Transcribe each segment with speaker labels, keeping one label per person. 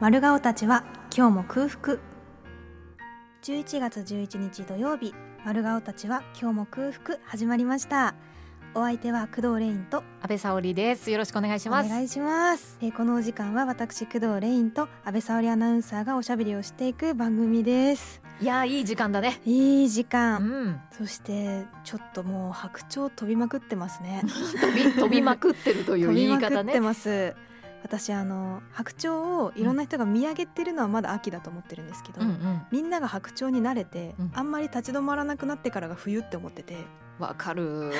Speaker 1: 丸顔たちは今日も空腹11月11日土曜日丸顔たちは今日も空腹始まりましたお相手は工藤レインと
Speaker 2: 安倍沙織です。よろしくお願いし
Speaker 1: お
Speaker 2: ます。
Speaker 1: 願いします、えーこのお時間は私工藤レインと安倍沙織アナウンサーがおしゃべりをしていく番組です
Speaker 2: いやーいい時間だね。
Speaker 1: いい時
Speaker 2: う
Speaker 1: 間
Speaker 2: ん。
Speaker 1: そしてちょっともう白鳥飛びまくってます ね
Speaker 2: 飛び飛びまくってるとい
Speaker 1: 飛
Speaker 2: う
Speaker 1: び
Speaker 2: 言い
Speaker 1: まく
Speaker 2: 方
Speaker 1: って
Speaker 2: ね。
Speaker 1: ます私あの白鳥をいろんな人が見上げてるのはまだ秋だと思ってるんですけど、
Speaker 2: うんうん。
Speaker 1: みんなが白鳥に慣れて、
Speaker 2: うん
Speaker 1: あんまり立ち止まらなくなってからが冬って思ってて、
Speaker 2: わ かる。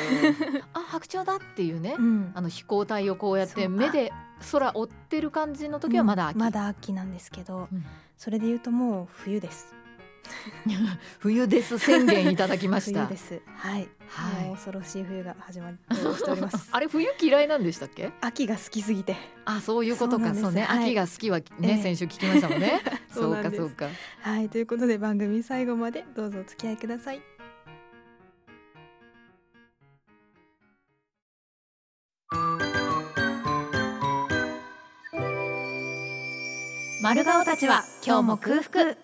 Speaker 2: あ白鳥だっていうね。あの飛行体をこうやっ
Speaker 1: そう
Speaker 2: て目で空追ってる感じの時はまだ秋。
Speaker 1: うんまだ秋なんですけど
Speaker 2: うん。
Speaker 1: それで言うともう冬です
Speaker 2: 冬です宣言いただきまし
Speaker 1: 冬
Speaker 2: た
Speaker 1: で。すはい、
Speaker 2: はい
Speaker 1: もう恐ろしい冬が始まりしております
Speaker 2: あれ冬嫌いなんでしたっけ？
Speaker 1: 秋が好きすぎて
Speaker 2: あそういうこと
Speaker 1: そうなん
Speaker 2: か。
Speaker 1: です
Speaker 2: そうね。
Speaker 1: はい
Speaker 2: 秋が好きは
Speaker 1: え
Speaker 2: ね
Speaker 1: え
Speaker 2: 先週聞きましたもんね。
Speaker 1: そ
Speaker 2: そうう
Speaker 1: なんで
Speaker 2: か
Speaker 1: す
Speaker 2: そうか。
Speaker 1: はいということで番組最後までどうぞお付き合いください
Speaker 2: 丸顔たちは今日も空腹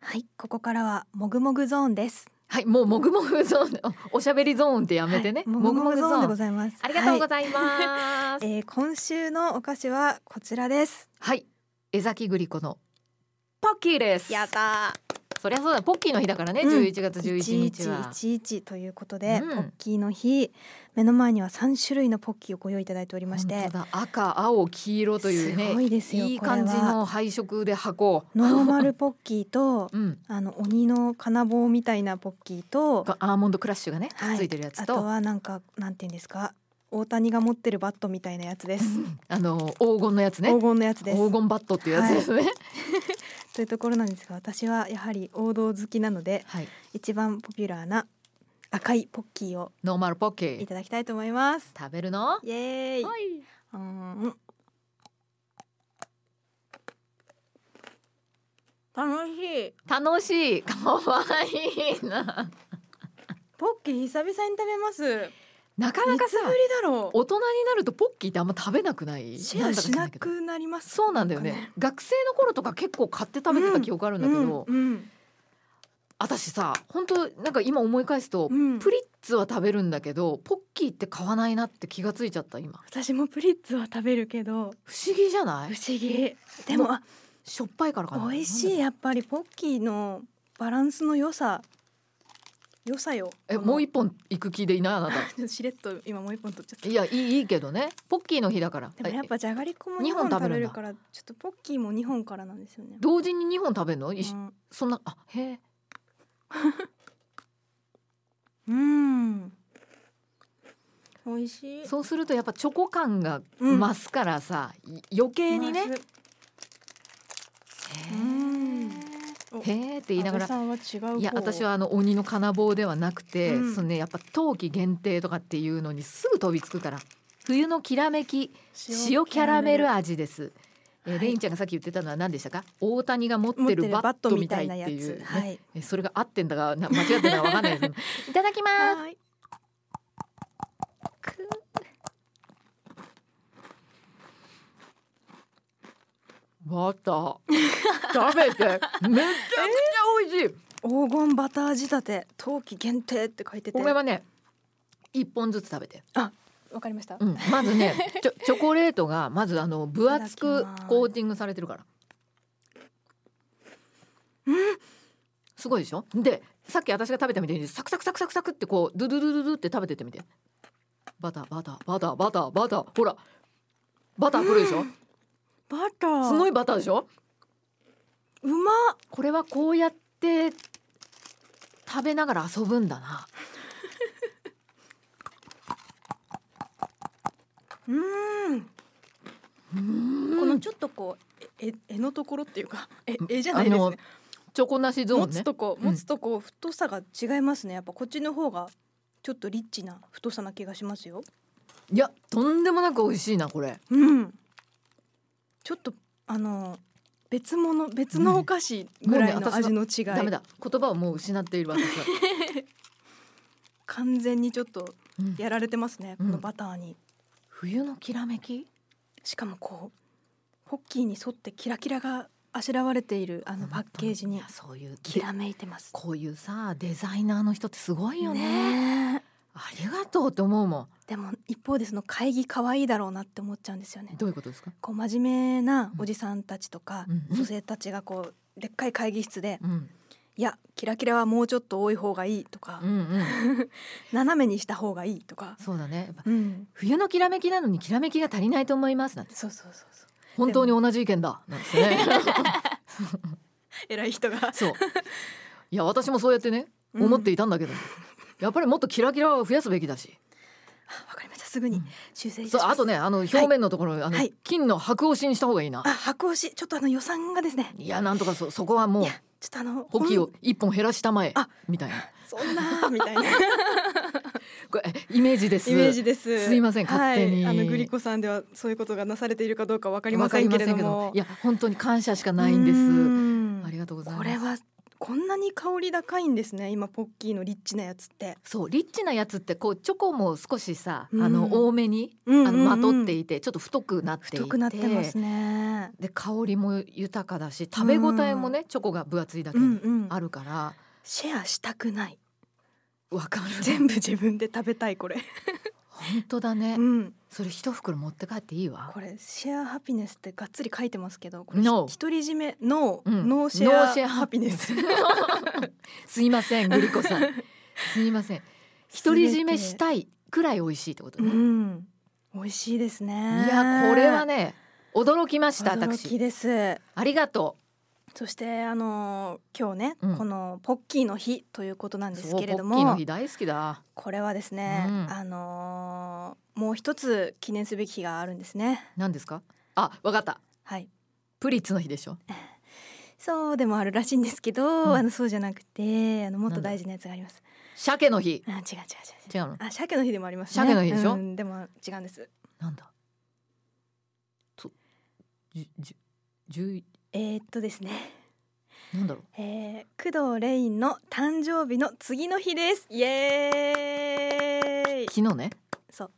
Speaker 1: はいここからはもぐもぐゾーンです
Speaker 2: はいもうもぐもぐゾーンおおしゃべりゾーンってやめてね。
Speaker 1: はいもぐもぐゾーンでございます
Speaker 2: ありがとうご
Speaker 1: は
Speaker 2: ざい ます。
Speaker 1: いえー今週のお菓子はこちらです
Speaker 2: はい、江崎グリコのポッキーです。
Speaker 1: た
Speaker 2: そりゃそうだ、ポッキーの日だからね、
Speaker 1: うん
Speaker 2: 11月11日は。
Speaker 1: 1111ということで、
Speaker 2: うん
Speaker 1: ポッキーの日目の前には三種類のポッキーをご用意いただいておりまし
Speaker 2: 本
Speaker 1: て
Speaker 2: 当だ赤、青、黄色という
Speaker 1: すごい
Speaker 2: ね、
Speaker 1: ですよ
Speaker 2: いい
Speaker 1: これは
Speaker 2: 感じの配色で箱。
Speaker 1: ノーマルポッキーと
Speaker 2: うん、
Speaker 1: あの鬼の金棒みたいなポッキーと、
Speaker 2: がアーモンドクラッシュがね、
Speaker 1: は
Speaker 2: ついてるやつ
Speaker 1: あと
Speaker 2: と。
Speaker 1: はなんかなんていうんですか大谷が持ってるバットみたいなやつです、
Speaker 2: あの黄金のやつね
Speaker 1: 黄。金のやつです
Speaker 2: 黄金バットっていうやつですね。
Speaker 1: というところなんですが私はやはり王道好きなので
Speaker 2: はい、
Speaker 1: 一番ポピュラーな赤いポッキーを
Speaker 2: ノーマルポッキ
Speaker 1: い
Speaker 2: ー。
Speaker 1: ただきたいと思います
Speaker 2: 食べるの。
Speaker 1: イエーイ、
Speaker 2: はい。
Speaker 1: うーん楽しい
Speaker 2: 楽しい、可愛いな。
Speaker 1: ポッキー久々に食べます
Speaker 2: なかなかさ
Speaker 1: いつぶりだろう
Speaker 2: 大人になるとポッキーってあんま食べなくない
Speaker 1: シェアし
Speaker 2: な
Speaker 1: なん
Speaker 2: だか知らんけど
Speaker 1: くなります
Speaker 2: そうなんだよね学生の頃とか結構買って食べてた記憶あるんだけど、
Speaker 1: うんうん
Speaker 2: 私さ本当なんか今思い返すと、
Speaker 1: うん
Speaker 2: プリッツは食べるんだけどポッキーって買わないなって気がついちゃった今
Speaker 1: 私もプリッツは食べるけど
Speaker 2: 不思議じゃな
Speaker 1: 不
Speaker 2: い
Speaker 1: 思議でもあ
Speaker 2: しょっぱいからかな
Speaker 1: 美味しいやっぱりポッキーのバランスの良さ良さよ
Speaker 2: え
Speaker 1: この
Speaker 2: もう一本行く気でいないあな た
Speaker 1: しれっと今もう一本取っちゃった
Speaker 2: いやいいいいけどねポッキーの日だから
Speaker 1: でもやっ
Speaker 2: え
Speaker 1: ぱじゃがりこも
Speaker 2: 二
Speaker 1: 2本
Speaker 2: 本
Speaker 1: 食
Speaker 2: 食
Speaker 1: べ
Speaker 2: べ
Speaker 1: る
Speaker 2: るんだ
Speaker 1: からちょっとポッキーも2本からなんですよね
Speaker 2: 同時に2本食べるの、いし
Speaker 1: うん
Speaker 2: そんなあへえ
Speaker 1: うん。美味しい。
Speaker 2: そうするとやっぱチョコ感が
Speaker 1: うん
Speaker 2: 増すからさ、い余計にね
Speaker 1: まずうん。お
Speaker 2: へえへえって言いながら
Speaker 1: 安倍さんは違う方
Speaker 2: いや私。はあの鬼の金棒ではなくて、
Speaker 1: うん
Speaker 2: そのねやっぱ冬季限定とかっていうのにすぐ飛びつくから冬のきらめき塩キャラメル味です。えー
Speaker 1: はい
Speaker 2: レインちゃんがさっき言ってたのは何でしたか大谷が持っ
Speaker 1: 持ってて
Speaker 2: る
Speaker 1: る
Speaker 2: バ
Speaker 1: バ
Speaker 2: ッ
Speaker 1: ッ
Speaker 2: ト
Speaker 1: ト
Speaker 2: み
Speaker 1: み
Speaker 2: た
Speaker 1: た
Speaker 2: い
Speaker 1: い
Speaker 2: っ
Speaker 1: なや
Speaker 2: ていう、
Speaker 1: つ
Speaker 2: ね。
Speaker 1: はい。
Speaker 2: えーそれが合ってんだかな間違ってんだかわかんないですけどいただきます
Speaker 1: はい。
Speaker 2: くバター食べてめちゃくちゃ 美味しい、
Speaker 1: 黄金バター仕立て冬季限定って書いてて。
Speaker 2: これはね一本ずつ食べて、
Speaker 1: わかりました。
Speaker 2: うん、ま ずねちょチョコレートがまずあの分厚
Speaker 1: い
Speaker 2: く
Speaker 1: ただきます
Speaker 2: コーティングされてるからすごいでしょでさっき私が食べたみたいにサクサクサクサクサクってこうドゥドゥドゥドゥドゥって食べてってみてバターバターバターバターバターほらバターくるでしょ、
Speaker 1: バター。
Speaker 2: すご
Speaker 1: い。
Speaker 2: いバターでしょ
Speaker 1: うまっ。
Speaker 2: これはこうやって食べながら遊ぶんだな
Speaker 1: うん。このちょっとこうええのところっていうかええじゃないで
Speaker 2: あ
Speaker 1: す
Speaker 2: の
Speaker 1: ね。
Speaker 2: チョコなしゾー
Speaker 1: 持
Speaker 2: ンね
Speaker 1: つとこ
Speaker 2: うん
Speaker 1: 持つとこ太さが違いますね。やっぱこっちの方がちょっとリッチな太さな気がしますよ。
Speaker 2: いやとんでもなく美味しいなこれ
Speaker 1: うん。ちょっとあの別物別のお菓子ぐらい
Speaker 2: もう
Speaker 1: の
Speaker 2: ね
Speaker 1: 味の違い、
Speaker 2: ダメだ言葉をもう失っている私は、
Speaker 1: 完全にちょっと
Speaker 2: うん
Speaker 1: やられてますね、
Speaker 2: うん
Speaker 1: このバターに
Speaker 2: 冬のきらめき
Speaker 1: しかもこうポッキーに沿ってキラキラがあしらわれているあのパッケージ
Speaker 2: い
Speaker 1: に
Speaker 2: やそういう
Speaker 1: きらめいてます。
Speaker 2: こういうさデザイナーの人ってすごいよね
Speaker 1: ねえ
Speaker 2: ありがとうと思うも
Speaker 1: でも一方でその会議可愛いだろうなって思っちゃうんですよね
Speaker 2: ん。どういうことですか、
Speaker 1: こう真面目なおじさんたちとか、
Speaker 2: うん
Speaker 1: 女性たちがこうでっかい会議室で、
Speaker 2: うん
Speaker 1: いやキラキラはもうちょっと多い方がいいとか、
Speaker 2: うんうん、
Speaker 1: 斜めにした方がいいとか、
Speaker 2: そうだねやっぱ
Speaker 1: うん、
Speaker 2: 冬のきらめきなのにきらめきが足りないと思いますなんて
Speaker 1: そうそうそうそう
Speaker 2: 本当に同じ意見だなんですね
Speaker 1: 偉い人が、
Speaker 2: そういや私もそうやってね思って
Speaker 1: うん
Speaker 2: いたんだけど、やっぱりもっとキラキラを増やすべきだし、
Speaker 1: あわかりましたすぐに修正いたし
Speaker 2: そ
Speaker 1: ま
Speaker 2: う
Speaker 1: す。
Speaker 2: あとねあの表面のところ、あの
Speaker 1: はい
Speaker 2: 金の白押しにした方がいいな、
Speaker 1: あ白押しちょっとあの予算がですね
Speaker 2: い、やなんとかそそこは
Speaker 1: い
Speaker 2: も
Speaker 1: うやちょっとあの
Speaker 2: 補給を一本減らしたまえ
Speaker 1: あ
Speaker 2: みたいな
Speaker 1: ほんそんなみたいなイ
Speaker 2: これイメージ です
Speaker 1: メージです
Speaker 2: すいません勝手に
Speaker 1: はい、あのグリコさんではそういうことがなされているかどうかわかりま
Speaker 2: わか
Speaker 1: せ
Speaker 2: り
Speaker 1: ん
Speaker 2: ま
Speaker 1: け
Speaker 2: せ
Speaker 1: れ
Speaker 2: ん
Speaker 1: ど
Speaker 2: けど
Speaker 1: も
Speaker 2: いや本当に感謝しかないんで
Speaker 1: う
Speaker 2: す
Speaker 1: ーん
Speaker 2: ありがとうございま
Speaker 1: こ
Speaker 2: す
Speaker 1: れはこんなに香り高いんですね今ポッキーのリッチなやつって、
Speaker 2: そうリッチなやつってこうチョコも少しさ、
Speaker 1: うん
Speaker 2: あの多めに、
Speaker 1: うんうんうん
Speaker 2: あのまとっていてちょっと太くなっていて
Speaker 1: 太くなってますね
Speaker 2: で香りも豊かだし食べ応えもね、チョコが分厚いだけ
Speaker 1: うん
Speaker 2: に
Speaker 1: うん
Speaker 2: あるから
Speaker 1: シェアしたくない
Speaker 2: わかる
Speaker 1: 全部自分で食べたいこれ
Speaker 2: 本当だね、
Speaker 1: うん
Speaker 2: それ一袋持って帰っていいわ
Speaker 1: これシェアハピネスってがっつり書いてますけどこれ
Speaker 2: No
Speaker 1: ひ独り占めノー、
Speaker 2: うん
Speaker 1: ノーシ
Speaker 2: ノ
Speaker 1: ェ
Speaker 2: ーシェ
Speaker 1: ア
Speaker 2: ア
Speaker 1: ハピネス
Speaker 2: すいませんグリコさんすいません独り占めしたいくらい美味しいってこ
Speaker 1: う
Speaker 2: とね、
Speaker 1: ん美味しいですね
Speaker 2: いやこれはね驚きました
Speaker 1: 驚き
Speaker 2: 私
Speaker 1: です
Speaker 2: ありがと
Speaker 1: そしてあのー今日ね、
Speaker 2: うん
Speaker 1: このポッキーの日ということなん
Speaker 2: う
Speaker 1: です
Speaker 2: そう
Speaker 1: けれど
Speaker 2: ポッキーの
Speaker 1: も
Speaker 2: 日大好きだ
Speaker 1: これはですね、
Speaker 2: うん
Speaker 1: あのーもう一つ記念すべき日があるんですね
Speaker 2: 何ですかあわかった
Speaker 1: はい
Speaker 2: プリッツの日でしょ
Speaker 1: そうでもあるらしいんですけど、
Speaker 2: うん
Speaker 1: あのそうじゃなくてあのもっと
Speaker 2: なんだ
Speaker 1: 大事なやつがあります
Speaker 2: 鮭の日
Speaker 1: あ違う違う違う違う
Speaker 2: 違うの
Speaker 1: あ鮭の日でもありますね
Speaker 2: 鮭の日でしょ
Speaker 1: うん、でも違うんです
Speaker 2: なんだとじじ十い
Speaker 1: えー、っとですね
Speaker 2: なんだろう
Speaker 1: えー、工藤レインの誕生日の次の日ですイエーイ
Speaker 2: 昨日ね
Speaker 1: そう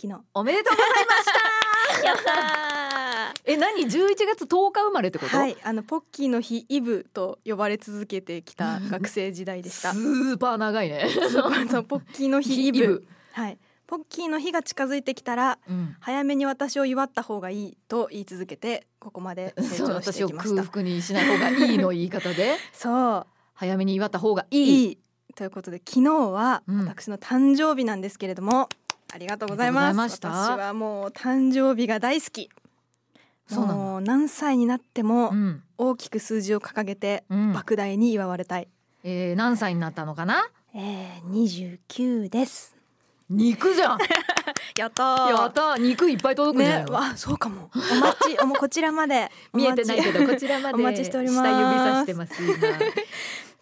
Speaker 1: 昨日
Speaker 2: おめでとうございました
Speaker 1: やった
Speaker 2: え何十一月十日生まれってこと、
Speaker 1: はい、あのポッキーの日イブと呼ばれ続けてき た学生時代でし
Speaker 2: ス
Speaker 1: た。
Speaker 2: ーパー長いね
Speaker 1: そうポッキーの日イブ
Speaker 2: イブ
Speaker 1: はい、ポッキーの日が近づいてきたら
Speaker 2: うん
Speaker 1: 早めに私を祝った方がいいと言い続けてここまで成
Speaker 2: そう
Speaker 1: 長して
Speaker 2: 私を
Speaker 1: きまし
Speaker 2: 空
Speaker 1: た。
Speaker 2: 腹にしない方がいいの言い方で
Speaker 1: そう
Speaker 2: 早めに祝った方がいい
Speaker 1: いいということで昨日は
Speaker 2: うん
Speaker 1: 私の誕生日なんですけれども、ありがとうございま
Speaker 2: あ
Speaker 1: す
Speaker 2: りがとうございました
Speaker 1: 私はもう誕生日が大好き
Speaker 2: そうなんだ
Speaker 1: もう何歳になっても
Speaker 2: うん
Speaker 1: 大きく数字を掲げて
Speaker 2: うん
Speaker 1: 莫大に祝われたい、
Speaker 2: えー、何歳になったのかな
Speaker 1: えー、29です
Speaker 2: 肉 じゃん
Speaker 1: やったー
Speaker 2: やった肉いっぱい届くんじゃない
Speaker 1: ね、
Speaker 2: の、
Speaker 1: わそうかもお待ちおもこちらまで
Speaker 2: 見えてないけ
Speaker 1: お
Speaker 2: ど
Speaker 1: 待
Speaker 2: こ
Speaker 1: ち
Speaker 2: ちらまで
Speaker 1: お待ちしております
Speaker 2: 下指さしてます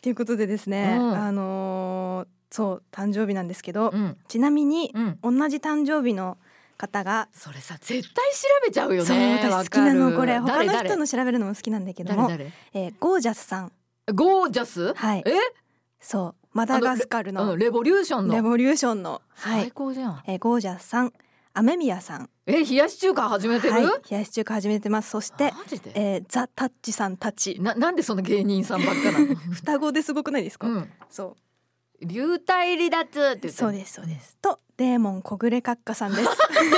Speaker 1: ということでですね、
Speaker 2: うん
Speaker 1: あのーそう誕生日なんですけど、
Speaker 2: 今うん
Speaker 1: ちなみに、
Speaker 2: うん
Speaker 1: 同じ誕生日の方が
Speaker 2: それさ絶対調べちゃうよね
Speaker 1: そう
Speaker 2: わ
Speaker 1: 私好き
Speaker 2: か
Speaker 1: な
Speaker 2: る
Speaker 1: のこれ他
Speaker 2: 誰
Speaker 1: の人
Speaker 2: 誰
Speaker 1: の調べるのも好きなんだけど
Speaker 2: 誰
Speaker 1: も、
Speaker 2: 誰
Speaker 1: えーゴージャスさん
Speaker 2: ゴージャス
Speaker 1: はい
Speaker 2: え
Speaker 1: そうマダガスカル
Speaker 2: う
Speaker 1: の
Speaker 2: んレボリューション
Speaker 1: レ
Speaker 2: の
Speaker 1: ボリューションの、は
Speaker 2: 最
Speaker 1: い
Speaker 2: 高じゃん
Speaker 1: えーゴージャスさん雨宮さん
Speaker 2: え冷やし中華始めてる
Speaker 1: はい冷やし中華始めてますそして
Speaker 2: マジで
Speaker 1: えー、ザ・タッチさんたち
Speaker 2: ななんでその芸人さんばっかな の
Speaker 1: 双子ですごくないですか、
Speaker 2: うん
Speaker 1: そ
Speaker 2: 流体離脱って言って
Speaker 1: う
Speaker 2: る
Speaker 1: そうですそうですとデーモン小暮閣下さんです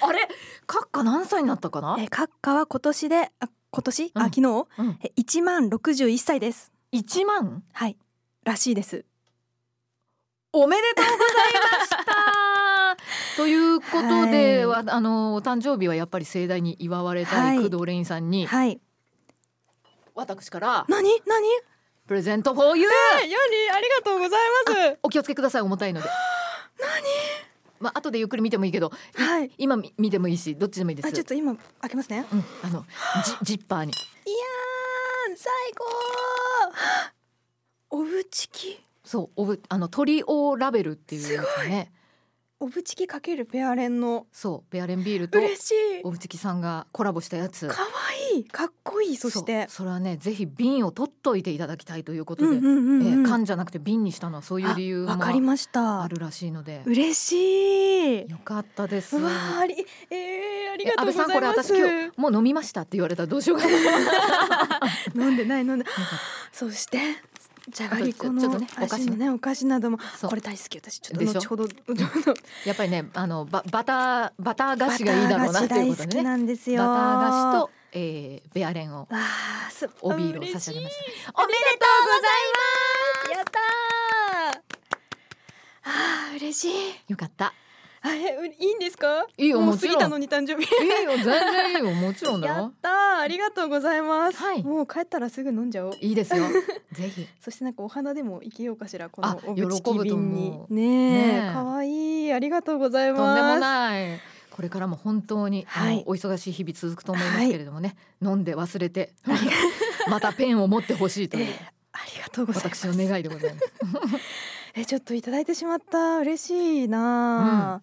Speaker 2: あれ閣下何歳になったかな
Speaker 1: えー閣下は今年であ今年、あ
Speaker 2: うん
Speaker 1: 昨日
Speaker 2: うん
Speaker 1: え1万61歳です
Speaker 2: 一万
Speaker 1: はいらしいです
Speaker 2: おめでとうございましたということで、
Speaker 1: は
Speaker 2: はあのお誕生日はやっぱり盛大に祝われたい
Speaker 1: はい
Speaker 2: 工藤レインさんに、
Speaker 1: はい
Speaker 2: 私から
Speaker 1: 何何何
Speaker 2: プレゼント for you
Speaker 1: ありがとうございま
Speaker 2: お気をつけください重たいので何まあ後でゆっくり見てもいいけど
Speaker 1: すはい
Speaker 2: 今み見てもいいしどっちでもいいです
Speaker 1: あちょっと今開けますねいや
Speaker 2: うん、あのジジッパーに
Speaker 1: ー最高おうちき
Speaker 2: そうオブあのトリオラベルっていうやつね
Speaker 1: おぶちきかけるペアレンの
Speaker 2: そうペアレンビールと
Speaker 1: 嬉しい
Speaker 2: おぶちきさんがコラボしたやつ
Speaker 1: 可愛いかっこいいそして
Speaker 2: そうそれはねぜひ瓶を取っといていただきたいということで、
Speaker 1: うんうんうんうん
Speaker 2: えー缶じゃなくて瓶にしたのはそういう理由
Speaker 1: あわかり
Speaker 2: も
Speaker 1: ました
Speaker 2: あるらしいので
Speaker 1: 嬉しい
Speaker 2: よかったです
Speaker 1: うわーありえー、あり
Speaker 2: え
Speaker 1: がと
Speaker 2: 安
Speaker 1: うご
Speaker 2: 倍
Speaker 1: ざ
Speaker 2: さ
Speaker 1: い
Speaker 2: んこれ
Speaker 1: ま
Speaker 2: 私
Speaker 1: す
Speaker 2: 今日もう飲みましたって言われたらどうしようかな
Speaker 1: 飲んでない飲んでそしてじゃがりこの
Speaker 2: あとちょちょっとね
Speaker 1: 味のねお菓子なども
Speaker 2: そう
Speaker 1: これ大好き私ちょっ
Speaker 2: でし
Speaker 1: と
Speaker 2: ょ
Speaker 1: 後ほど
Speaker 2: やっぱりねあのババターバター菓
Speaker 1: バ
Speaker 2: 子
Speaker 1: タ
Speaker 2: がいいだろ
Speaker 1: ー菓
Speaker 2: うな
Speaker 1: 子
Speaker 2: ってい
Speaker 1: 大
Speaker 2: うこ
Speaker 1: 好
Speaker 2: と
Speaker 1: き
Speaker 2: でね
Speaker 1: なんです
Speaker 2: バ
Speaker 1: よ
Speaker 2: ター菓子と、えー、ベアレンを
Speaker 1: わあす
Speaker 2: おビールを差し上げましたおめでと
Speaker 1: 嬉しい
Speaker 2: うござい
Speaker 1: やったーあー嬉しい
Speaker 2: ますよかった
Speaker 1: あえういいんですか
Speaker 2: いいよ
Speaker 1: もう
Speaker 2: も
Speaker 1: 過
Speaker 2: ちろ
Speaker 1: ぎ
Speaker 2: ん
Speaker 1: たのに誕生日
Speaker 2: いいよ全然いいよもちろんだ
Speaker 1: や
Speaker 2: よ
Speaker 1: ったーありがとうございます、
Speaker 2: はい
Speaker 1: もう帰ったらすぐ飲んじゃおう
Speaker 2: いいですよぜひ
Speaker 1: そしてなんかお花でも生けようかしらこの
Speaker 2: あ
Speaker 1: おぶちき
Speaker 2: 喜ぶと
Speaker 1: 瓶に
Speaker 2: 思う
Speaker 1: ね
Speaker 2: ね
Speaker 1: え
Speaker 2: え
Speaker 1: 可愛、いありがとうございます
Speaker 2: とんでもないこれからも本当に、あの
Speaker 1: はい
Speaker 2: お忙しい日々続くと思いますけれどもね、飲んで忘れてまたペンを持ってほしいと
Speaker 1: え
Speaker 2: い
Speaker 1: え
Speaker 2: う
Speaker 1: ありがとうございます
Speaker 2: 私の願いでございます
Speaker 1: えちょっといただいてしまった嬉しいなあ、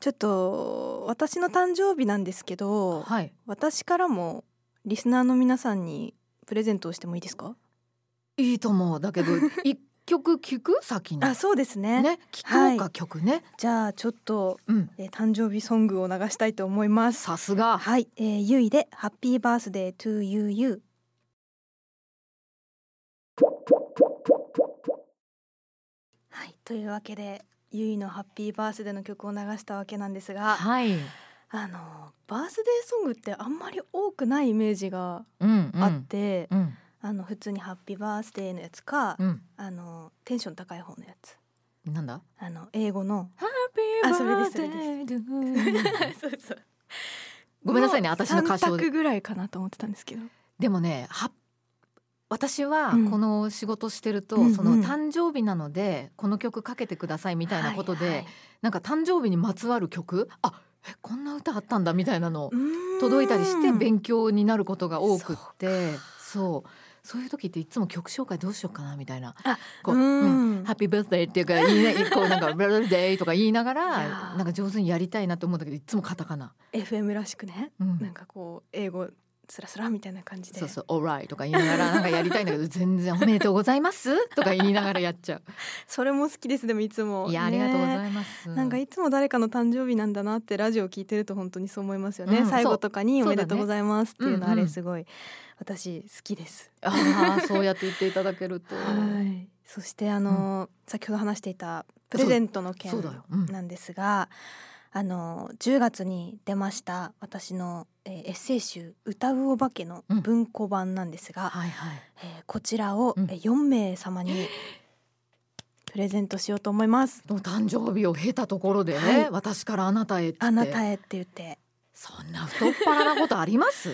Speaker 1: ちょっと私の誕生日なんですけど、
Speaker 2: はい
Speaker 1: 私からもリスナーの皆さんにプレゼントをしてもいいですか、
Speaker 2: いいと思うだけ ど一曲聞く先に
Speaker 1: あそうですね
Speaker 2: ね聞こ
Speaker 1: は
Speaker 2: うか曲ね、
Speaker 1: じゃあちょっと、
Speaker 2: うん
Speaker 1: え誕生日ソングを流したいと思います
Speaker 2: さすが
Speaker 1: はい、えー、ゆいでハッピーバースデートゥーユーユーはいというわけでゆいのハッピーバースデーの曲を流したわけなんですが
Speaker 2: はいうん
Speaker 1: あのバースデーソングってあんまり多くないイメージが
Speaker 2: うん
Speaker 1: あって、
Speaker 2: うん
Speaker 1: あの普通に「ハッピーバースデー」のやつか、
Speaker 2: うん
Speaker 1: あのテンション高い方のやつ
Speaker 2: なんだ
Speaker 1: あの英語の
Speaker 2: Happy
Speaker 1: あそれですそれです
Speaker 2: birthday
Speaker 1: そうそう
Speaker 2: ごめんなさいね私の歌唱
Speaker 1: 3
Speaker 2: で
Speaker 1: 択ぐらいかなと思ってたんですけど
Speaker 2: でもねは私は
Speaker 1: うん
Speaker 2: この仕事してると、
Speaker 1: うんうん
Speaker 2: その誕生日なのでこの曲かけてくださいみたいなことで、
Speaker 1: はいはい
Speaker 2: なんか誕生日にまつわる曲あえこんな歌あったんだみたいなの
Speaker 1: うーん
Speaker 2: 届いたりして勉強になることが多くってそうそういう時っていつも曲紹介どうしようかなみたいな
Speaker 1: あ
Speaker 2: こう、
Speaker 1: うん
Speaker 2: うんハッピーバースデーっていうかいいね こうなんかブラブラデーとか言いなが
Speaker 1: いや
Speaker 2: ら
Speaker 1: ー
Speaker 2: なんか上手にやりたいなと思うんだけどいつもカタカナ。
Speaker 1: FM らしくね
Speaker 2: うん
Speaker 1: なんかこう英語スラスラみたいな感じで
Speaker 2: そうそう「オーライ」とか言いながらなんかやりたいんだけど全然「おめでとうござ います」とか言いながらやっちゃ
Speaker 1: それも好きですでもいつも
Speaker 2: ういやありがとうございます、
Speaker 1: なんかいつも誰かの誕生日なんだなってラジオ聞いてると本当にそう思いますよね、
Speaker 2: うん
Speaker 1: 最後とかに「お
Speaker 2: そ
Speaker 1: め
Speaker 2: う
Speaker 1: でとうございます」っていう
Speaker 2: そう
Speaker 1: の
Speaker 2: だね
Speaker 1: あ
Speaker 2: うんうん
Speaker 1: れすごい私好きです。
Speaker 2: ああそうやって言っていただける と
Speaker 1: はいそしてあの、先ほど話していたプレゼントの件
Speaker 2: そうだようん
Speaker 1: なんですが、あの10月に出ました私の、えーエッセイ集「歌うお化け」の
Speaker 2: うん
Speaker 1: 文庫版なんですが、
Speaker 2: はいはい
Speaker 1: えーこちらを、
Speaker 2: うん
Speaker 1: えー4名様 にプレゼントしようと思います。
Speaker 2: お誕生日を経たところでね、
Speaker 1: はい
Speaker 2: 私からあなたへっつって
Speaker 1: あなたへって言って
Speaker 2: そんな太っ腹なことあります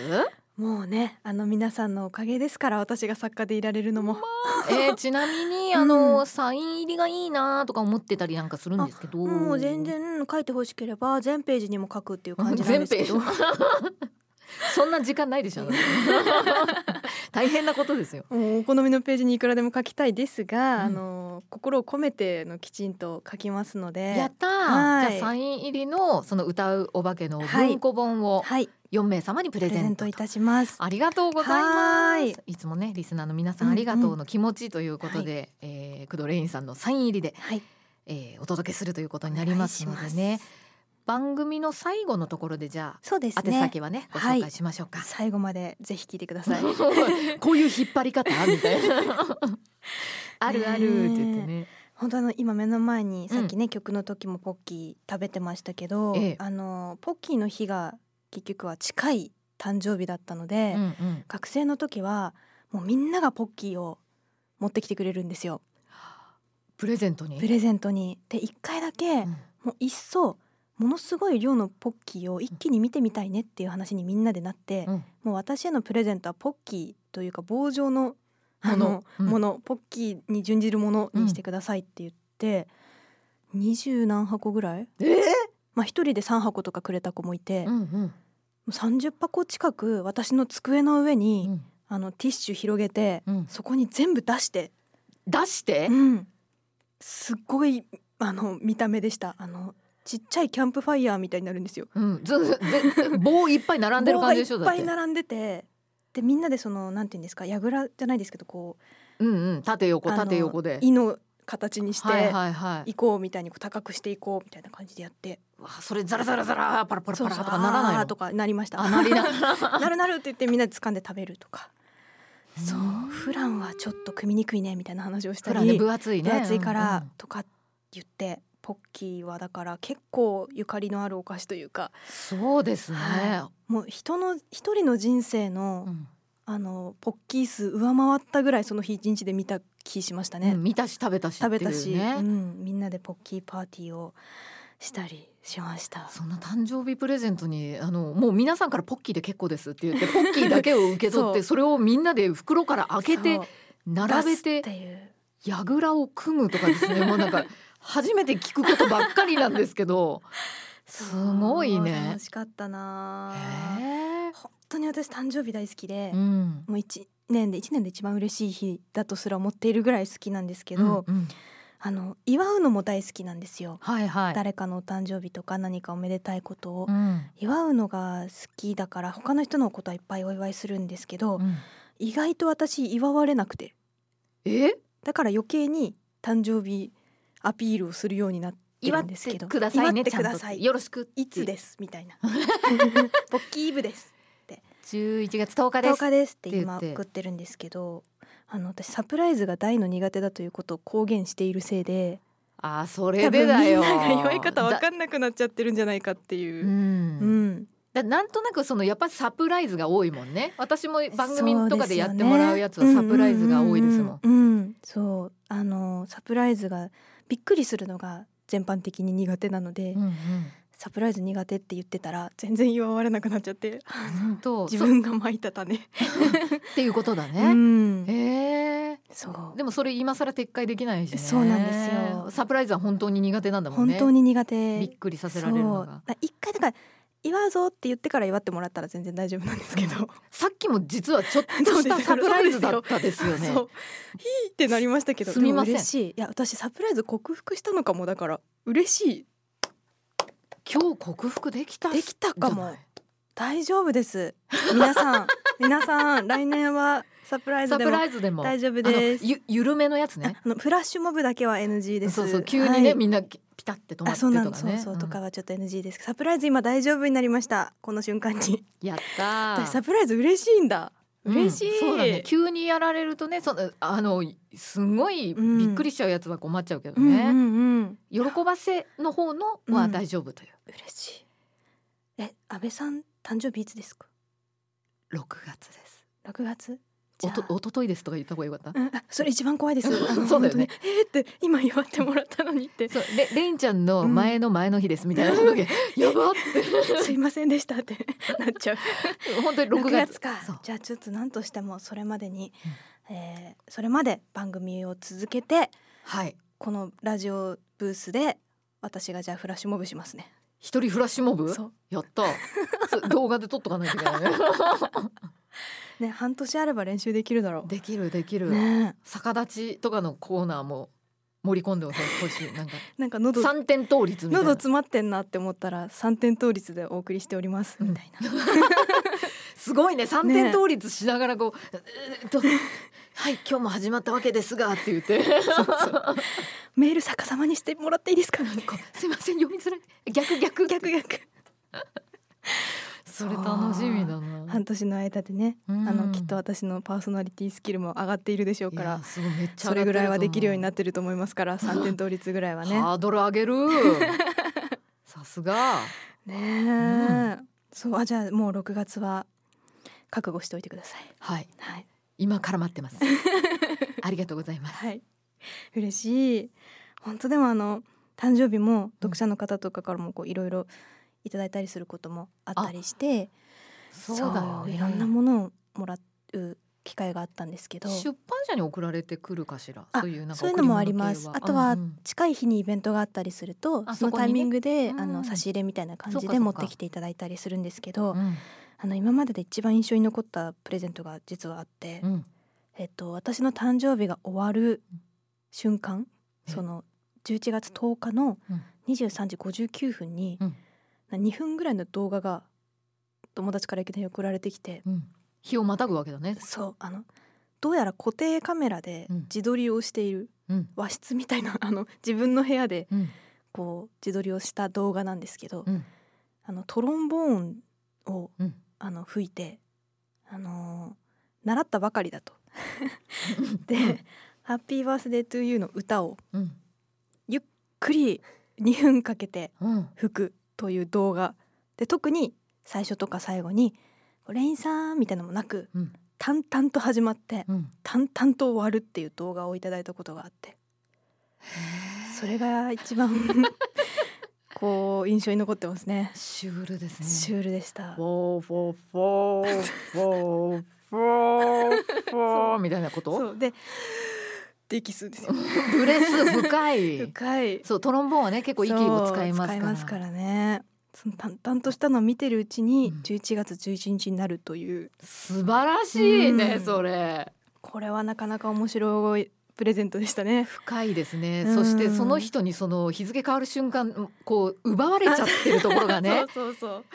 Speaker 1: もうねあの皆さんのおかげですから私が作家でいられるのも、
Speaker 2: えーちなみにあの、
Speaker 1: うん
Speaker 2: サイン入りがいいなとか思ってたりなんかするんですけど
Speaker 1: もう全然書いてほしければ全ページにも書くっていう感じなんですけど
Speaker 2: 全ペ そんな時間ない でしょあなた大変なことですよ
Speaker 1: もうお好みのページにいくらでも書きたいですが、
Speaker 2: うん
Speaker 1: あの心を込めてのきちんと書きますの
Speaker 2: や
Speaker 1: で
Speaker 2: ったー
Speaker 1: はい
Speaker 2: じゃあサイン入りのその歌うお化けの文庫本を
Speaker 1: はい
Speaker 2: 4名様にプレ
Speaker 1: プレ
Speaker 2: ゼ
Speaker 1: ゼン
Speaker 2: ン
Speaker 1: ト
Speaker 2: トと
Speaker 1: いたします
Speaker 2: ありがとうござい
Speaker 1: は
Speaker 2: ま
Speaker 1: ー
Speaker 2: す
Speaker 1: い
Speaker 2: いつもねリスナーの皆さんありがとうの気持ちということ
Speaker 1: うんうん
Speaker 2: で、えー工藤レインさんのサイン入りで、
Speaker 1: はい
Speaker 2: えーお届けするということになりますの
Speaker 1: お
Speaker 2: で
Speaker 1: 願い
Speaker 2: ね
Speaker 1: します
Speaker 2: 番組の最後のところでじゃ
Speaker 1: そうです
Speaker 2: あ、宛
Speaker 1: ね
Speaker 2: 先はねご
Speaker 1: は
Speaker 2: 紹
Speaker 1: い
Speaker 2: 介しましょうか、
Speaker 1: 最後までぜひ聞いてくだ さい
Speaker 2: こういう引っ張り方み たいなあるあるって言ってね
Speaker 1: 本当あの今目の前にさっきね、曲の時もポッキー食べてましたけど、
Speaker 2: ええ
Speaker 1: あのポッキーの日が結局は近い誕生日だったので、
Speaker 2: うんうん
Speaker 1: 学生の時はもうみんながポッキーを持ってきてくれるんですよ
Speaker 2: プレゼントに
Speaker 1: プレゼントに。で1回だけ
Speaker 2: うん
Speaker 1: もういっそものすごい量のポッキーを一気に見てみたいねっていう話にみんなでなって、
Speaker 2: うん
Speaker 1: もう私へのプレゼントはポッキーというか棒状のあ
Speaker 2: も
Speaker 1: の
Speaker 2: のうん
Speaker 1: ものポッキーに準じるものにしてくださいって言って二十何箱ぐらい、
Speaker 2: えー
Speaker 1: まあ、1人で3箱とかくれた子もいて、
Speaker 2: う
Speaker 1: も
Speaker 2: んうん
Speaker 1: う30箱近く私の机の上に、
Speaker 2: うん
Speaker 1: あのティッシュ広げて、
Speaker 2: うん
Speaker 1: そこに全部出して、
Speaker 2: 出して
Speaker 1: うんすっごいあの見た目でしたあのちっちゃいキャンプファイヤーみたいになるんですよ。
Speaker 2: うん、ずずず棒いっぱい並んでる感じでしょ
Speaker 1: 棒
Speaker 2: だ
Speaker 1: が
Speaker 2: っ
Speaker 1: い
Speaker 2: て
Speaker 1: っぱい並んでてでみんなでそのなんていうんですか櫓じゃないですけどこう
Speaker 2: うんうん縦横
Speaker 1: あの
Speaker 2: 縦横で
Speaker 1: 胃の形にして、
Speaker 2: はいはいはい
Speaker 1: 行こうみたいにこう高くしていこうみたいな感じでやって
Speaker 2: わあそれザラザラザラパラパラパ
Speaker 1: そう
Speaker 2: ラ
Speaker 1: そう
Speaker 2: とかならない
Speaker 1: あ
Speaker 2: の
Speaker 1: ーとかなりました
Speaker 2: あなりな
Speaker 1: なるなるって言ってみんなで掴んで食べるとかそう
Speaker 2: うん
Speaker 1: 普段はちょっと組みにくいねみたいな話をした
Speaker 2: ほ
Speaker 1: り
Speaker 2: らね分厚いね
Speaker 1: 分厚いか
Speaker 2: うんう
Speaker 1: ら
Speaker 2: ん
Speaker 1: とか言ってポッキーはだから結構ゆかりのあるお菓子というか
Speaker 2: そうですね、
Speaker 1: はもう人の一人の人生の,、
Speaker 2: うん
Speaker 1: あのポッキー数上回ったぐらいその日一日で見た気しましたね、
Speaker 2: うん見たし食べたしって
Speaker 1: 食
Speaker 2: いうね
Speaker 1: べたし、うん、みんなでポッキーパーティーをしたりしました
Speaker 2: そんな誕生日プレゼントにあのもう皆さんからポッキーで結構ですって言ってポッキーだけを受け取っ
Speaker 1: そ
Speaker 2: て
Speaker 1: う
Speaker 2: それをみんなで袋から開けて
Speaker 1: そう
Speaker 2: 並べ
Speaker 1: 出す
Speaker 2: て
Speaker 1: っていう
Speaker 2: 櫓を組むとかですねもうな んか初めて聞くことばっかりなんですけどすごい
Speaker 1: そう
Speaker 2: ね
Speaker 1: 楽。しかったなぁ
Speaker 2: へえ
Speaker 1: 本当に私誕生日大好きで、
Speaker 2: うん
Speaker 1: もう1年で1年で一番嬉しい日だとすら思っているぐらい好きなんですけど、
Speaker 2: うんうん
Speaker 1: あの祝うのも大好きなんですよ、
Speaker 2: はいはい。
Speaker 1: 誰かのお誕生日とか何かおめでたいことを、
Speaker 2: うん
Speaker 1: 祝うのが好きだから他の人のことはいっぱいお祝いするんですけど、
Speaker 2: うん
Speaker 1: 意外と私祝われなくて
Speaker 2: え
Speaker 1: だから余計に誕生日アピールをするようになって
Speaker 2: 祝
Speaker 1: る
Speaker 2: っ
Speaker 1: んです
Speaker 2: て
Speaker 1: けど
Speaker 2: くださいね
Speaker 1: 祝
Speaker 2: ち
Speaker 1: って
Speaker 2: ゃん
Speaker 1: く
Speaker 2: と
Speaker 1: ださい
Speaker 2: よろしく
Speaker 1: いつですみた いなポッキーイブです
Speaker 2: 11月10日で
Speaker 1: 10
Speaker 2: す
Speaker 1: 日ですって
Speaker 2: って言
Speaker 1: 今
Speaker 2: って
Speaker 1: 送ってるんですけどあの私サプライズが大の苦手だということを公言しているせいで
Speaker 2: あそれ
Speaker 1: 多
Speaker 2: で
Speaker 1: 分み
Speaker 2: だ
Speaker 1: ん
Speaker 2: よ
Speaker 1: なが祝い方わ
Speaker 2: だ
Speaker 1: かんなくなっちゃってるんじゃないかっていうう。うんん、
Speaker 2: だなんとなくそのやっぱサプライズが多いもんね私も番組とかでやって
Speaker 1: そですよね
Speaker 2: もらうやつはサプライズが多いですもん
Speaker 1: うんうんうんうんそうあのサプライズがびっくりするのが全般的に苦手なので、
Speaker 2: うんうん
Speaker 1: サプライズ苦手って言ってたら全然祝われなくなっちゃって
Speaker 2: 本当
Speaker 1: 自
Speaker 2: そう
Speaker 1: 分がまいた種。
Speaker 2: っていうことだ
Speaker 1: う
Speaker 2: ね、
Speaker 1: ん
Speaker 2: へえ
Speaker 1: そう
Speaker 2: でもそれ今更撤回できないしね
Speaker 1: そうなんですよ
Speaker 2: サプライズは本当に苦手なんだもん
Speaker 1: 本
Speaker 2: ね
Speaker 1: 当に苦手
Speaker 2: びっくりさせられるの
Speaker 1: そうだ
Speaker 2: が
Speaker 1: から一回だから祝うぞって言ってから祝ってもらったら全然大丈夫なんですけど、
Speaker 2: さっきも実はちょっ としたサプライズだったですよね
Speaker 1: そうひーってなりましたけど
Speaker 2: すみません
Speaker 1: でも嬉しいいや私サプライズ克服したのかもだから嬉しい
Speaker 2: 今日克服できた
Speaker 1: できたかも
Speaker 2: じゃない
Speaker 1: 大丈夫です皆さ ん皆さん来年はサプライズ
Speaker 2: サ
Speaker 1: で
Speaker 2: プ
Speaker 1: も
Speaker 2: ライズでも
Speaker 1: 大丈夫
Speaker 2: あの
Speaker 1: です
Speaker 2: ゆ緩めのやつ
Speaker 1: あ
Speaker 2: ね
Speaker 1: あのフラッシュモブだけは NG です
Speaker 2: そうそう急に
Speaker 1: は
Speaker 2: ね、
Speaker 1: い
Speaker 2: みんなピタって止ま
Speaker 1: あ
Speaker 2: って
Speaker 1: そうなの
Speaker 2: とか
Speaker 1: そう
Speaker 2: ね
Speaker 1: そう
Speaker 2: うん
Speaker 1: とかはちょっと NG ですサプライズ今大丈夫になりましたこの瞬間に
Speaker 2: やったー
Speaker 1: 私サプライズ嬉しいんだ嬉しい、
Speaker 2: うんそうだね急にやられるとねそのあのすごい
Speaker 1: うん
Speaker 2: びっくりしちゃうやつは困っちゃうけど
Speaker 1: うん
Speaker 2: ね、
Speaker 1: うんうん
Speaker 2: 喜ばせの方のは大丈夫という、
Speaker 1: 嬉しいえ安倍さん誕生日いつですか
Speaker 2: 6月です
Speaker 1: 6月じ
Speaker 2: お
Speaker 1: ゃあ
Speaker 2: とおとといですとか言った方がよかった、
Speaker 1: うんあそれ一番怖いですあの
Speaker 2: そうだよね
Speaker 1: 本当にえー、って今祝ってもらったのにって
Speaker 2: そうレレインちゃんの前の前の日ですみたいな時、 やばっ
Speaker 1: すいませんでしたってなっちゃう
Speaker 2: て本当に
Speaker 1: 6
Speaker 2: 6
Speaker 1: 月
Speaker 2: 月
Speaker 1: か
Speaker 2: そう
Speaker 1: じゃあちょっと何としてもそれまでに、えーそれまで番組を続けて
Speaker 2: はい
Speaker 1: このラジオブースで私がじゃあフラッシュモブしますね
Speaker 2: 一人フラッシュモブ
Speaker 1: そ
Speaker 2: やったそう動画で撮っとかないといけないね
Speaker 1: うね半年あれば練習 できるだろ
Speaker 2: できるでき
Speaker 1: う
Speaker 2: る、
Speaker 1: ね
Speaker 2: 逆立ちとかのコーナーも盛り込んでほしいな んか
Speaker 1: えなんか喉
Speaker 2: 三点倒立みたい
Speaker 1: 喉
Speaker 2: な
Speaker 1: 詰まってんなって思ったら三点倒立でお送りしておりますみたいな、
Speaker 2: すごいね三点倒立しながらこう、えーっとはい今日も始まったわけですがって言って
Speaker 1: メール逆さまにしてもらっていいですかみたいな
Speaker 2: こうすいません読みづらい逆逆
Speaker 1: 逆逆
Speaker 2: それ楽しみだな
Speaker 1: 半年の間でね、
Speaker 2: うん
Speaker 1: あのきっと私のパーソナリティスキルも上がっているでしょうか
Speaker 2: い
Speaker 1: ら
Speaker 2: やすごいめっちゃ
Speaker 1: それぐらいはできるようにな
Speaker 2: っ
Speaker 1: ってると思いますから3点倒立ぐらいは
Speaker 2: た
Speaker 1: ね。
Speaker 2: ハードル上げるさすが
Speaker 1: ねえ、そうあじゃあもう6月は覚悟しておいてください。
Speaker 2: はい
Speaker 1: はい、
Speaker 2: 今から待って ますありがとうございます
Speaker 1: はい、嬉しい本当でもあの誕生日も読者の方とかからもこういろいろいただいたりすることもあったりして
Speaker 2: そうだよね
Speaker 1: いろんなものをもらう機会があったんですけど
Speaker 2: 出版社に送られてくるかしら
Speaker 1: あ
Speaker 2: そういうなんか
Speaker 1: そういうのもあります
Speaker 2: 贈り物系
Speaker 1: あとは
Speaker 2: うんうん
Speaker 1: 近い日にイベントがあったりすると
Speaker 2: あ
Speaker 1: その
Speaker 2: そこ
Speaker 1: タ
Speaker 2: にね
Speaker 1: イミングで、
Speaker 2: うん
Speaker 1: あの差し入れみたいな感
Speaker 2: そ
Speaker 1: じ
Speaker 2: うか
Speaker 1: で
Speaker 2: そう
Speaker 1: 持っ
Speaker 2: か
Speaker 1: てきていただいたりするんですけど、
Speaker 2: うん
Speaker 1: あの今までで一番印象に残ったプレゼントが実はあって、
Speaker 2: うん
Speaker 1: えっと、私の誕生日が終わる瞬間、
Speaker 2: え
Speaker 1: その11月10日の
Speaker 2: うん
Speaker 1: 23時59分に
Speaker 2: うん
Speaker 1: な2分ぐらいの動画が友達からいきなり送られてきて
Speaker 2: うん、日をまたぐわけだね。
Speaker 1: そうあのどうやら固定カメラで
Speaker 2: うん
Speaker 1: 自撮りをしている
Speaker 2: うん
Speaker 1: 和室みたいなあの自分の部屋で
Speaker 2: うん
Speaker 1: こう自撮りをした動画なんですけど
Speaker 2: うん
Speaker 1: あのトロンボーンを
Speaker 2: うん
Speaker 1: あの吹いて、あのー習ったばかりだと。で「ハッピーバースデートゥーユーの歌を
Speaker 2: うん
Speaker 1: クリ2分かけて
Speaker 2: うん
Speaker 1: 吹くという動画で特に最初とか最後に「レインさん」みたいなのもなく
Speaker 2: うん
Speaker 1: 淡々と始まって
Speaker 2: うん。
Speaker 1: 淡々と終わるっていう動画をいただいたことがあってそれが一 番こう印象に残ってますね。
Speaker 2: シュールですね。
Speaker 1: シュールでした
Speaker 2: フ。ォーフォーフォーフォーフォーフォーみたいなこと。
Speaker 1: そうでデキスですよ。
Speaker 2: ブレス深い。
Speaker 1: 深い。
Speaker 2: そうトロンボーンはね結構息を使います
Speaker 1: そう使
Speaker 2: か
Speaker 1: い
Speaker 2: ら。
Speaker 1: ますからね。その淡々としたのを見てるうちに
Speaker 2: うん
Speaker 1: 11月11日になるという、
Speaker 2: 素晴らしいね、
Speaker 1: うん
Speaker 2: それ。
Speaker 1: これはなかなか面白いプレゼントでしたね。
Speaker 2: 深いですね、
Speaker 1: うん
Speaker 2: そしてその人にその日付変わる瞬間こう奪われちゃってるところがね
Speaker 1: そうそうそう。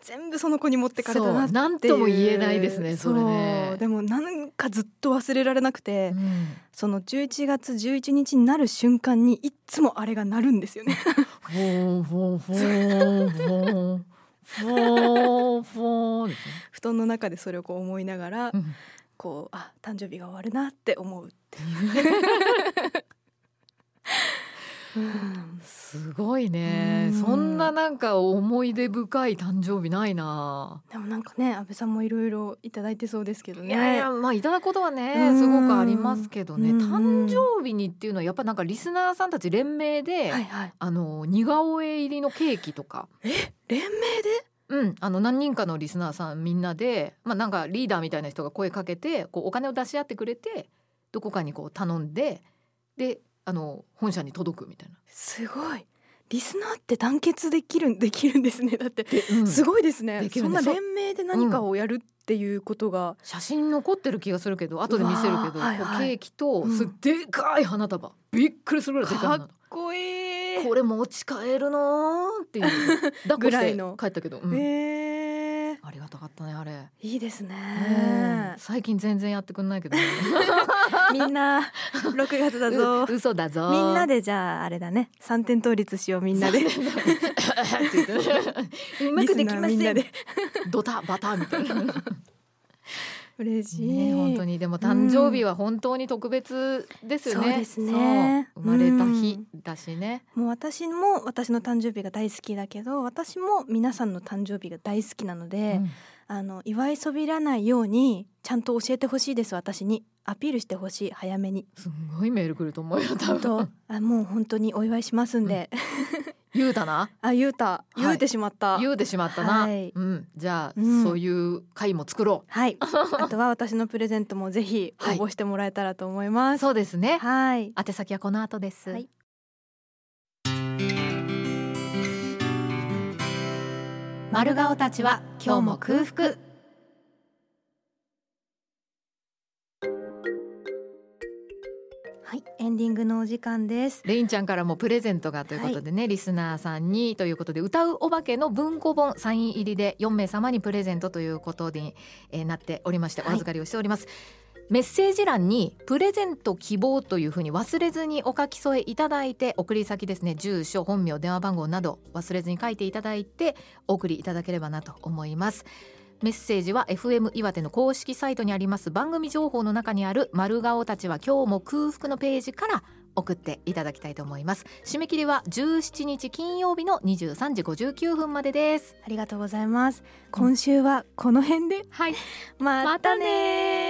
Speaker 1: 全部その子に持ってかれた
Speaker 2: そう
Speaker 1: なっていう。
Speaker 2: なんとも言えないですねそれ
Speaker 1: そ
Speaker 2: ね
Speaker 1: うでもなんかずっと忘れられなくて、
Speaker 2: うん
Speaker 1: その11月11日になる瞬間にいつもあれが鳴るんですよ ね。
Speaker 2: フォーフォーフォーフォーフォーフォーですね
Speaker 1: 布団の中でそれをこう思いながら、
Speaker 2: うん
Speaker 1: こうあ誕生日が終わるなって思うっていう。うん
Speaker 2: すごいね
Speaker 1: うん
Speaker 2: そんななんか思い出深い誕生日ないな、
Speaker 1: でもなんかね安倍さんもいろいろいただいてそうですけどね。
Speaker 2: いやいやまあいただくことは
Speaker 1: う
Speaker 2: ね
Speaker 1: ん
Speaker 2: すごくありますけどね
Speaker 1: うん
Speaker 2: 誕生日にっていうのはやっぱなんかリスナーさんたち連名で、
Speaker 1: はいはい。
Speaker 2: あの似顔絵入りのケーキとか
Speaker 1: 連名で
Speaker 2: うん、あの何人かのリスナーさんみんなで、まあ、なんかリーダーみたいな人が声かけてこうお金を出し合ってくれてどこかにこう頼んでであの本社に届くみたいな。
Speaker 1: すごい。リスナーって団結できるで きるんですね。だって
Speaker 2: うん
Speaker 1: すごいですね。
Speaker 2: でき
Speaker 1: そ
Speaker 2: る
Speaker 1: ん
Speaker 2: ん
Speaker 1: な
Speaker 2: です
Speaker 1: 連名で何かをやるっていうことが、
Speaker 2: 写真残ってる気がするけど後で見せるけ
Speaker 1: うわー
Speaker 2: ど、
Speaker 1: はい
Speaker 2: こう
Speaker 1: はい
Speaker 2: ケーキと、
Speaker 1: うん
Speaker 2: すでかい花束びっくりするぐらいでかい花
Speaker 1: かっ
Speaker 2: 束
Speaker 1: こいい。
Speaker 2: これ持ち帰るのーっ ていう抱っこ
Speaker 1: ぐ
Speaker 2: し
Speaker 1: らい
Speaker 2: て
Speaker 1: の
Speaker 2: 帰ったけど、うん
Speaker 1: えー
Speaker 2: ありがたかったねあれ、
Speaker 1: いいです
Speaker 2: う
Speaker 1: ね
Speaker 2: ん。最近全然やってくんないけど、ね、
Speaker 1: みんな6月だ ぞ。
Speaker 2: う 嘘だぞ
Speaker 1: みんなでじゃああれだね。三点倒立しよう みんなで。
Speaker 2: うまくできま
Speaker 1: リスナーみん
Speaker 2: せ
Speaker 1: なんで。
Speaker 2: ドタバタみたいな、ね、
Speaker 1: 嬉しい。
Speaker 2: 本当にでも誕生日は本当に特別ですよね、
Speaker 1: そうですね
Speaker 2: そう生まれた日だしね、
Speaker 1: もう私も私の誕生日が大好きだけど、私も皆さんの誕生日が大好きなので、
Speaker 2: うん
Speaker 1: あの祝いそびらないようにちゃんと教えてほしいです私にアピールしてほしい早めに。
Speaker 2: すんごいメール来ると思うよ多
Speaker 1: 本当
Speaker 2: 分
Speaker 1: あもう本当にお祝いしますんで。
Speaker 2: 言うたな
Speaker 1: あ言うた
Speaker 2: い
Speaker 1: 言うてしまった。
Speaker 2: 言うてしまったな、
Speaker 1: はい
Speaker 2: うん、じゃ
Speaker 1: う
Speaker 2: あ、
Speaker 1: ん
Speaker 2: そういう回も作ろ
Speaker 1: はい。あとは私のプレゼントもぜひ応募してもらえたらと思いま
Speaker 2: う
Speaker 1: す。
Speaker 2: そうですね
Speaker 1: はい。
Speaker 2: 宛先はこの後です、
Speaker 1: はい
Speaker 2: 丸顔たちは今日も空腹
Speaker 1: はい、エンディングのお時間です。
Speaker 2: レインちゃんからもプレゼントがということでね、リスナーさんにということで歌うお化けの文庫本サイン入りで4名様にプレゼントということに、えーなっておりまして
Speaker 1: は
Speaker 2: お
Speaker 1: い
Speaker 2: 預かりをしております、メッセージ欄にプレゼント希望というふうに忘れずにお書き添えいただいて送り先ですね住所本名電話番号など忘れずに書いていただいてお送りいただければなと思いますメッセージは FM 岩手の公式サイトにあります番組情報の中にある丸顔たちは今日も空腹のページから送っていただきたいと思います締め切りは17日金曜日の23時59分までです
Speaker 1: ありがとうございます。今週はこの辺で、
Speaker 2: はい
Speaker 1: またねー